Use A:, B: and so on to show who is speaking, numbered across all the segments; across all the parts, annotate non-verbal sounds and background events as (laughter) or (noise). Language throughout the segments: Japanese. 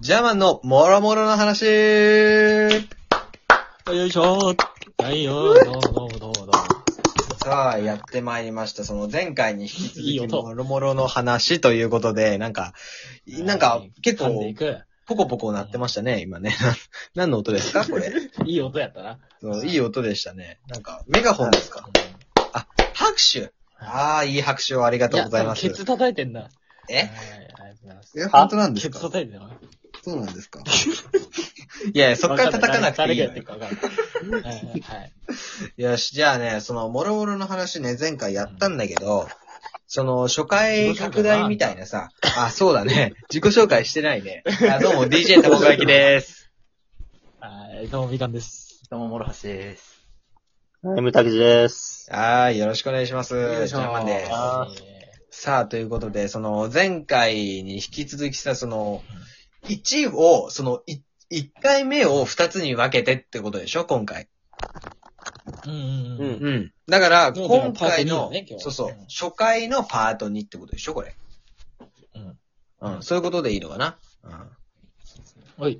A: ジャーマンのもろもろの話
B: よいしょはいよー、どうもどうもどうもどうも。
A: さあ、やってまいりました。その前回に引き続
B: いい
A: き、
B: 音
A: もろもろの話ということで、なんか、いなんか
B: はい、
A: 結
B: 噛んで
A: 構
B: い、く。
A: ポコポコ鳴ってましたね、今ね。 (laughs) 何の音ですかこれ。
B: いい音やったな。
A: そういい音でしたね。なんか、メガホンですか拍手ああ、いい拍手をありが
B: り
A: とうございま
B: ケ
A: す。
B: ツ叩いてんな。はい
A: え
B: ありがとうございます
A: え本当なんですか
B: ケツ叩いてんな。
A: そうなんですか (laughs) いやいや、そっから叩かなくていいよ
B: わんない誰がやってるかわかんない。はいはい。
A: よし、じゃあね、その、もろもろの話ね、前回やったんだけど、その、初回拡大みたいなさ、あ、そうだね。自己紹介してない (laughs) ね。あどうも、DJ たこがきです。
B: はい、どうもみかんです。
C: どうも、諸橋です。
D: はい、ムタキジです。
A: はーい、よろしくお願いします。ジ
B: よいしょ
A: ャーマンで
B: は
A: す。さあ、ということで、その、前回に引き続きさ、その、1を、その、1回目を2つに分けてってことでしょ、今回。
B: いうんうんうん。
A: うん。だから、
B: もうだから
A: 今回
B: パート2
A: の、
B: だね今日、
A: そうそううん初回のパート2ってことでしょ、これ。
B: うん。
A: うん、そういうことでいいのかな。うん。
B: おい。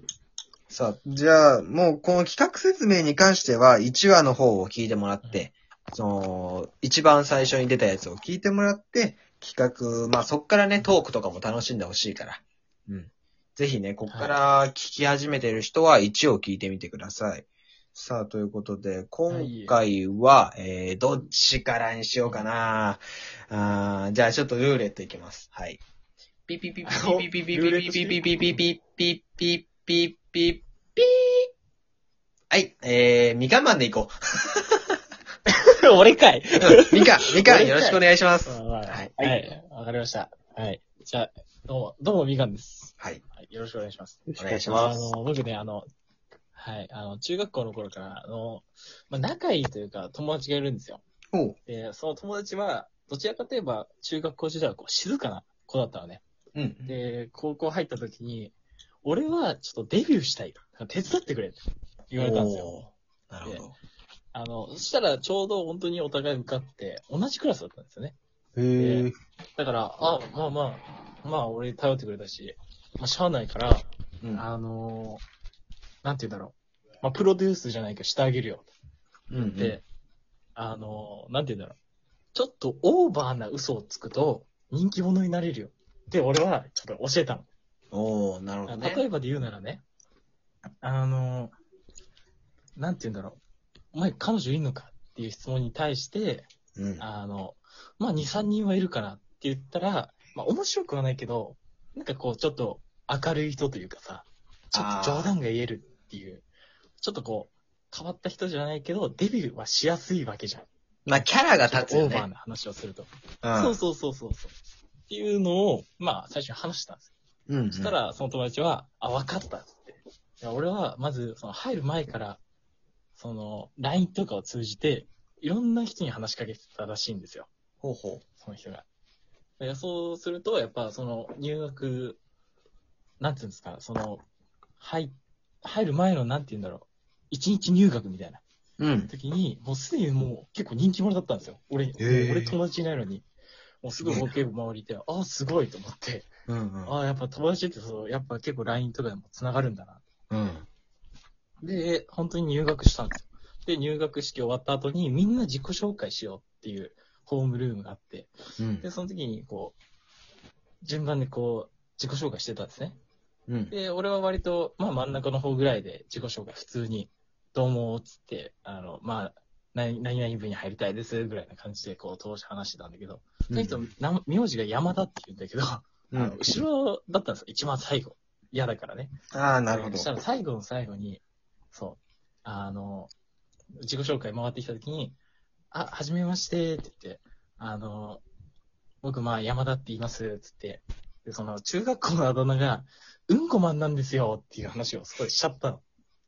A: さあ、じゃあ、もうこの企画説明に関しては、1話の方を聞いてもらって、その、一番最初に出たやつを聞いてもらって、企画、まあそっからね、トークとかも楽しんでほしいから。うん。ぜひね、こっから聞き始めてる人は1を聞いてみてください。さあ、ということで、今回は、えー、どっちからにしようかな。あーじゃあちょっとルーレットいきます。はい。ピピピピピピピピピピピピピピピピピピはい、えー、みかんマンでいこ。
B: 俺かいう
A: みかん、みかん、よろしくお願いします。
B: はい。はい。わかりました。はい。じゃあ、どうも、どうもみかんです。
A: はい、
B: はいよろしくお願いします。
D: お願いし
B: あ
D: ます。
B: の、僕ね、あの、はい、あの、中学校の頃から、あの、まあ、仲いいというか、友達がいるんですよ。
A: おう、
B: で、その友達は、どちらかといえば、中学校時代はこう静かな子だったのね。
A: うん。
B: で、高校入った時に、俺はちょっとデビューしたいと。手伝ってくれって言われたんですよ。
A: おーなるほ
B: あの、そしたらちょうど本当にお互い向かって、同じクラスだったんですよね。
A: ど。
B: へーだから、あ、まあまあ、まあ俺頼ってくれたし、まあしゃあないから、
A: うん。
B: あのー、なんて言うんだろう。まあ、プロデュースじゃないけどしてあげるよ。
A: うんうん
B: で、あのー、なんて言うんだろう。ちょっとオーバーな嘘をつくと人気者になれるよ。で、俺はちょっと教えたの。
A: おー、なるほどね。
B: 例えばで言うならね、あのー、なんて言うんだろう。お前彼女いんのかっていう質問に対して、
A: うん。
B: あの、まあ、2、3人はいるかなって言ったら、まあ、面白くはないけど、なんかこう、ちょっと明るい人というかさ、ちょっと冗談が言えるっていう、ちょっとこう、変わった人じゃないけど、デビューはしやすいわけじゃん。
A: まあ、キャラが立つ
B: オ
A: よ
B: ーバー
A: ね。
B: な話をすると。
A: うん
B: そうそうそうそうそう。っていうのを、まあ、最初に話したんです
A: う
B: よ。
A: んうん。
B: そしたら、その友達は、あ、わかったっつって。いや俺は、まず、その、入る前から、その、LINE とかを通じて、いろんな人に話しかけてたらしいんですよ。
A: ほうほ
B: その人が。でそうすると、やっぱその入学、なんていうんですか、その、入、入る前のなんていうんだろう、一日入学みたいな
A: う。うん。
B: 時に、もうすでにもう結構人気者だったんですよ。俺、もう
A: へえ
B: 俺友達いないのに。もうすごい僕結構周りで、ああ、すごいと思って、
A: うんうん。
B: ああ、やっぱ友達ってそう、やっぱ結構 LINE とかでも繋がるんだな。
A: うん。
B: で、本当に入学したんですよ。で、入学式終わった後にみんな自己紹介しようっていうホームルームがあって、
A: うん
B: で、その時に、こう、順番でこう、自己紹介してたんですね。
A: うん。
B: で、俺は割と、まあ真ん中の方ぐらいで自己紹介普通に、どうも、つって、あの、まあ、何何々部に入りたいです、ぐらいな感じで、こう、通して話してたんだけど、その人、な名字が山田って言うんだけど、あ
A: うん
B: の後ろだったんですよ、一番最後。嫌だからね。
A: ああ、なるほど
B: そし。たら最後の最後に、そう、あの、自己紹介回ってきたときに、あ、はじめましてって言って、あの、僕、まあ、山田って言いますって言って、で、その、中学校のあだ名が、うんこマンなんですよっていう話をすごいしちゃったの。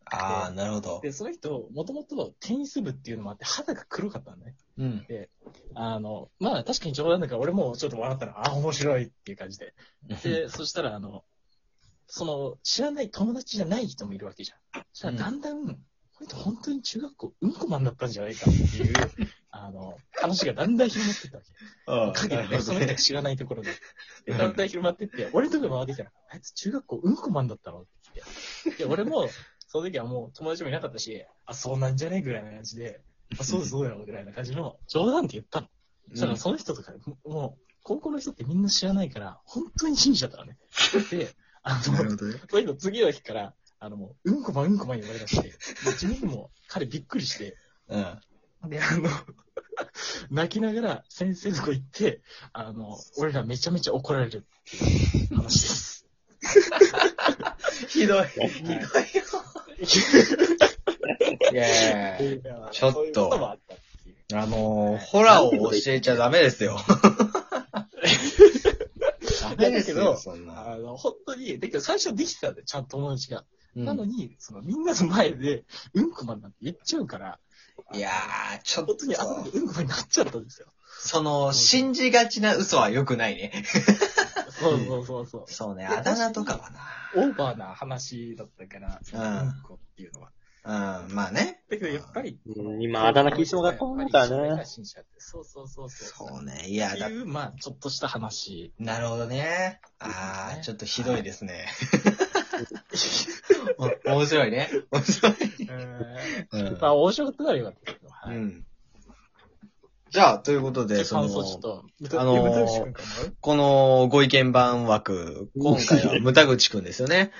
A: ああ、なるほど。
B: で、その人、もともとテニス部っていうのもあって、肌が黒かったんだね。
A: うん。
B: あの、まあ、確かに冗談だから、俺もちょっと笑ったら、あ、面白いっていう感じで。で、そしたら、あの、その、知らない友達じゃない人もいるわけじゃん。そしたら、だんだん、ここいつ本当に中学校、うんこマンだったんじゃないかっていう、あの、話がだんだん広まってったわけ。
A: あ
B: 影でね、その人が知らないところで。で、だんだん広まってって、俺のとか回ってきたら、あいつ中学校うんこマンだったのって聞いて。で、俺も、その時はもう友達もいなかったし、あ、そうなんじゃねえぐらいな感じで、あ、そうだそうだよぐらいな感じの冗談って言ったの。そしたらその人とか、もうもう、高校の人ってみんな知らないから、本当に信じちゃったのね。で、あ
A: な
B: の
A: る、ほどね。
B: そういうの次の日から、あの、もう、うんこまんうんこまん言われだして、で自分でも彼びっくりして、
A: うん。
B: で、あの、 (laughs) 泣きながら先生のとこ行って、あの、俺らめちゃめちゃ怒られるっていう話 (laughs) です。
A: ひどい。ひどいよ。いやいやいちょっと
B: そういうこともあったっていう
A: やあのー、ホラーを教えちゃダメですよ。ダメですよ、そんな。
B: あの、本当に、だけど最初できてたんだよ、ちゃんと友達が。
A: うん
B: なのに、そのみんなの前で、うんこまんなんて言っちゃうから、
A: いやー、ちょっ
B: 本当にあの
A: と、
B: 時うんこまんになっちゃったんですよ。
A: その、信じがちな嘘は良くないね。
B: そうそうそうそう。
A: そうね、あだ名とかはな。
B: オーバーな話だったから、
A: うん
B: うんこっていうのは。
A: うん、まあね。
B: だけどやっぱり、
D: うん今、あだ名聞いてもらったもんだからね。
B: そうそうそうそう。
A: そうね。いや、
B: っ
A: だ
B: ていう、まあ、ちょっとした話。
A: なるほどね。あー、ちょっとひどいですね。 (laughs) お面白いね。面白い。うん
B: まあ、面白かったからよかったけど。は
A: う
B: い。
A: ん。じゃあ、ということ
B: じゃ
A: で、
B: あ
A: そ
B: 感想ちょ
A: の、
B: っと、
A: あのー
B: ゆぶたし君からもらう
A: このご意見番枠、今回は無田口くんですよね。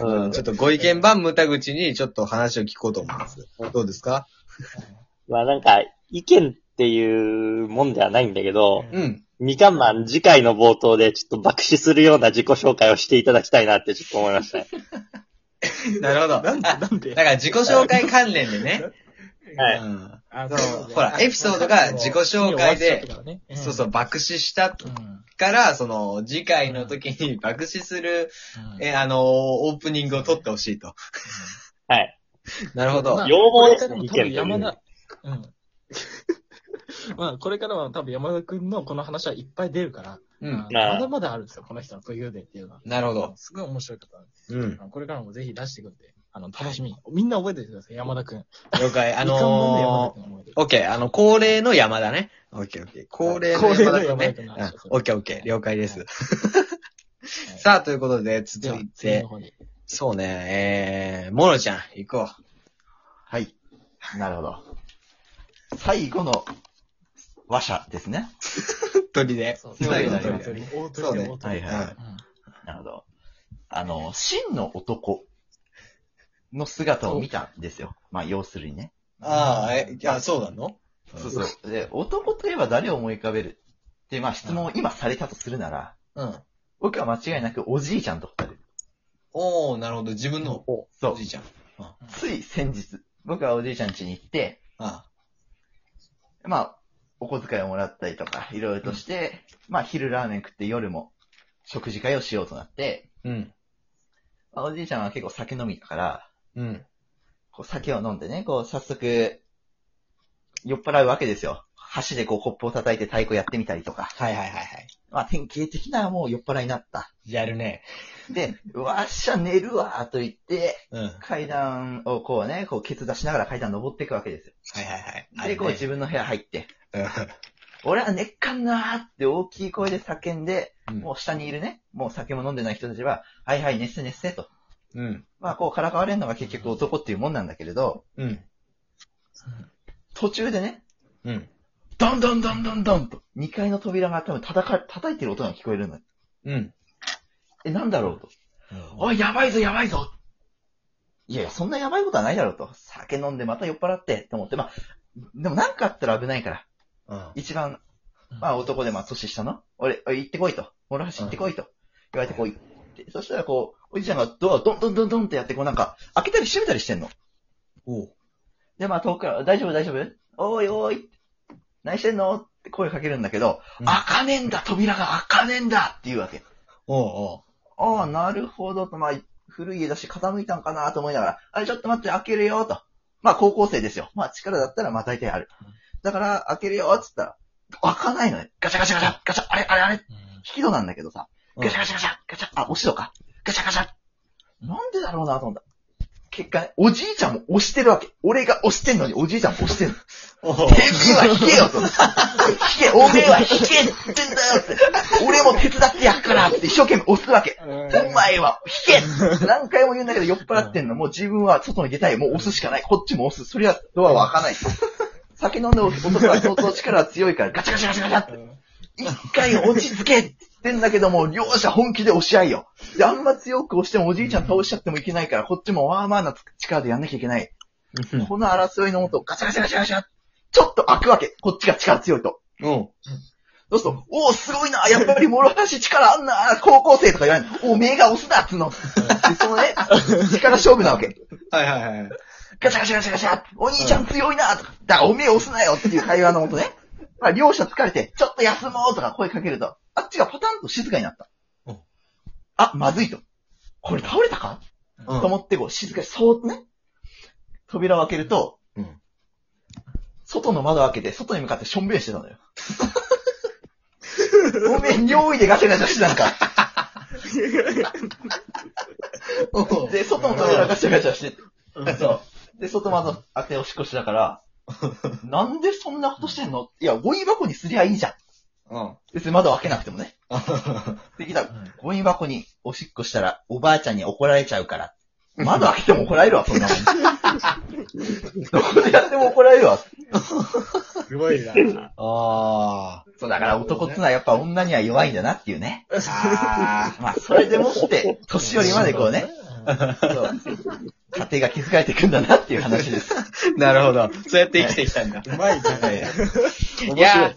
D: う
A: うん
D: ん
A: ちょっとご意見番無田口にちょっと話を聞こうと思います。どうですか
D: まあなんか、意見っていうもんではないんだけど、
B: うん
A: うん。
D: みかんマン次回の冒頭でちょっと爆死するような自己紹介をしていただきたいなってちょっと思いましたね。
A: なるほど。あ
B: なんで、なんで
A: だから自己紹介関連でね。
D: は
A: う
D: い。
A: ん
B: あ
A: そ
B: の
A: うほらエピソードが自己紹介で、そうそう、
B: う。
A: 爆死した
B: うん。
A: から、その、次回の時に爆死する、
B: うん
A: え、あの、オープニングを撮ってほしいと。
D: はい。
A: なるほど
B: まあ。
D: 要望ですね
B: これからも多分
D: 意見という
B: 山田、うん。まあ、これからは多分山田くんのこの話はいっぱい出るから、
A: うん。
B: あのまだまだあるんですよ、この人の固有名っていうのは。
A: なるほど。
B: すごい面白かったんで
A: うん
B: あ。のこれからもぜひ出していくんで、あの、楽しみに。みんな覚えておいてください、山田くん。
A: 了解。あ
B: みかんまん
A: の
B: で山田くん覚えて
A: ー、オッケー。あの、恒例の山だね。オッケーオッケー。恒例の山だね
B: 恒例の山田。君
A: うん
B: の話
A: オッケーオッケー。了解で
B: は
A: す。
B: はい
A: (laughs) さあ、ということで、
B: では
A: 続い、
B: 次
A: て
B: の、方に。
A: そうね、えー、モロちゃん、行こう。
C: はい。なるほど。最後の話者ですね。
A: 鳥で。
B: そう
C: 次の
B: 大
C: 方に
B: 鳥鳥大
A: そうね
B: 鳥大鳥
C: はいは
B: うん
C: い。なるほど。あの、真の男の姿を見たんですよ。まあ、要するにね。
A: ああ、え、あ、そうなの
C: そうそう。で、男といえば誰を思い浮かべるって、まあ、質問を今されたとするなら、
A: うん。
C: 僕は間違いなくおじいちゃんと答える。
A: おー、なるほど。自分のお
C: そう
A: じいちゃん。
C: つい先日、僕はおじいちゃん家に行って、
A: あ
C: まあ、お小遣いをもらったりとか、いろいろとして、まあ、昼ラーメン食って夜も食事会をしようとなって、
A: うん。
C: まあおじいちゃんは結構酒飲みだから、
A: うん。
C: こう酒を飲んでね、こう早速、酔っ払うわけですよ。箸でこうコップを叩いて太鼓やってみたりとか。
A: はいはいはいはい。
C: まあ典型的なもう酔っ払いになった。
A: やるね。
C: で、うわっしゃ寝るわーと言って、
A: うん。はい
C: 階段をこうね、こうケツ出しながら階段登っていくわけですよ。
A: はいはい。あ
C: で、
A: る
C: こう自
A: ね
C: 分の部屋入って、
A: う
C: 俺は寝っかんなーって大きい声で叫んで、
A: うん
C: もう下にいるね、もう酒も飲んでない人たちは、はいはい寝せ寝せと。
A: ん。うん。
C: まあこうからかわれるのが結局男っていうもんなんだけれど、
A: うん。
C: 途中でね、
A: うん。
C: ドンドンドンドンドンと、2階の扉が多分叩か、叩いてる音が聞こえるのよ。
A: うん。
C: え、なんだろうと。おい、やばいぞ、やばいぞいやいや、そんなやばいことはないだろうと。酒飲んでまた酔っ払って、と思って、まあ、でもなんかあったら危ないから、
A: うん。
C: 一番、まあ男でまあ年下の、俺、おい行ってこいと。諸橋行ってこいと。言われてこう行って、そしたらこう、おじちゃんがドアをドンドンドンドンってやって、こうなんか、開けたり閉めたりしてんの。
A: おう。
C: で、まあ遠くから、大丈夫大丈夫おいおい何してんのって声かけるんだけど、
A: うん
C: 開かねえんだ扉が開かねえんだって言うわけ。
A: おうおう。
C: ああ、なるほどと、まあ、古い家だし傾いたんかなと思いながら、あれちょっと待って、開けるよと。まあ高校生ですよ。まあ力だったらまあ大体ある。だから、開けるよっつったら、開かないのよ。ガチャガチャガチャ、ガチャ、あれあれあれ、引き戸なんだけどさ。ガチャガチャガチャ、ガチャ、あ、押し戸か。ガチャガチャ。なんでだろうなと思った。結果ね、おじいちゃんも押してるわけ。俺が押してんのにおじいちゃんも押してんの。
D: おう
C: 手伝は引けよと。引け、おめえは引けって言ってんだよって。俺も手伝ってやっからって一生懸命押すわけ。お前は引け何回も言うんだけど酔っ払ってんの。もう自分は外に出たい。もう押すしかない。こっちも押す。そりゃドアは開かない。酒飲んで男は相当力は強いからガチャガチャガチャガチャって。一回落ち着けって言ってんだけども、両者本気で押し合いよ。で、あんま強く押してもおじいちゃん倒しちゃってもいけないから、こっちもわーまーな力でやんなきゃいけない。この争いの音、ガチャガチャガチャガチャ、ちょっと開くわけ。こっちが力強いと。
A: おう
C: そうすると、おーすごいな、やっぱり諸橋力あんな、高校生とか言わない。おめえが押すな、つうの。で、そのね、力勝負なわけ。
A: はいはいはい。
C: ガチャガチャガチャガチャ、お兄ちゃん強いな、とか、だからおめえ押すなよっていう会話の音
A: (laughs)
C: ね。まあ、両者疲れて、ちょっと休もうとか声かけると、あっちがパタンと静かになった
A: うん。
C: あ、まずいと。これ倒れたか
A: うん
C: と思って、こう、静かに、そーっとね、扉を開けると、
A: うん
C: 外の窓を開けて、外に向かってしょんべんしてたのよ。ごめん、尿意でガチャガチャしてた
A: (laughs)
C: んか。
A: おう
C: で、外の扉ガチャガチャして、
A: うん
C: そう。で、外窓開けておしっこしてた
A: (laughs)
C: から、なんでそんなことしてんのいや、ゴミ箱にすりゃいいじゃん。
A: うん。
C: 別に窓開けなくて
A: (laughs)
C: もね。できた
B: う。ん
C: ゴミ箱におしっこしたら、おばあちゃんに怒られちゃうから。窓開けても怒られるわ、そんな
A: (laughs)
C: もん。どこでやっても怒られるわ。
B: すご
A: (laughs)
B: いな。
A: あ
C: そう、だから男ってのはやっぱ女には弱いんだなっていうね。
A: あ。
B: (laughs)
C: まあ、それでもって、年寄りまでこうね、そう家庭が築かれていくんだなっていう話です。
A: なるほど。そうやって生きてきたんだ。
B: うん。うまいじゃない。
A: いや、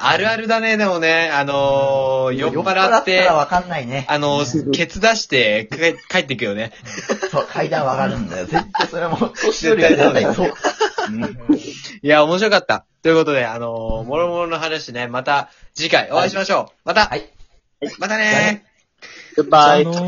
A: あるあるだね、でもね、あのー、酔っ払って、
C: らわかんないね。
A: あのー、ケツ出して、帰帰っていくよね。
C: そう、階段わかるんだよ。絶対それはもう、年寄りが絶対そう。
A: (laughs)
C: うん
A: いや、面白かった。ということで、あのー、もろもろの話ね、また次回お会いしましょう。また、
C: はい。
A: またねー。
D: グッバ
B: (laughs)
D: イ。
B: あのー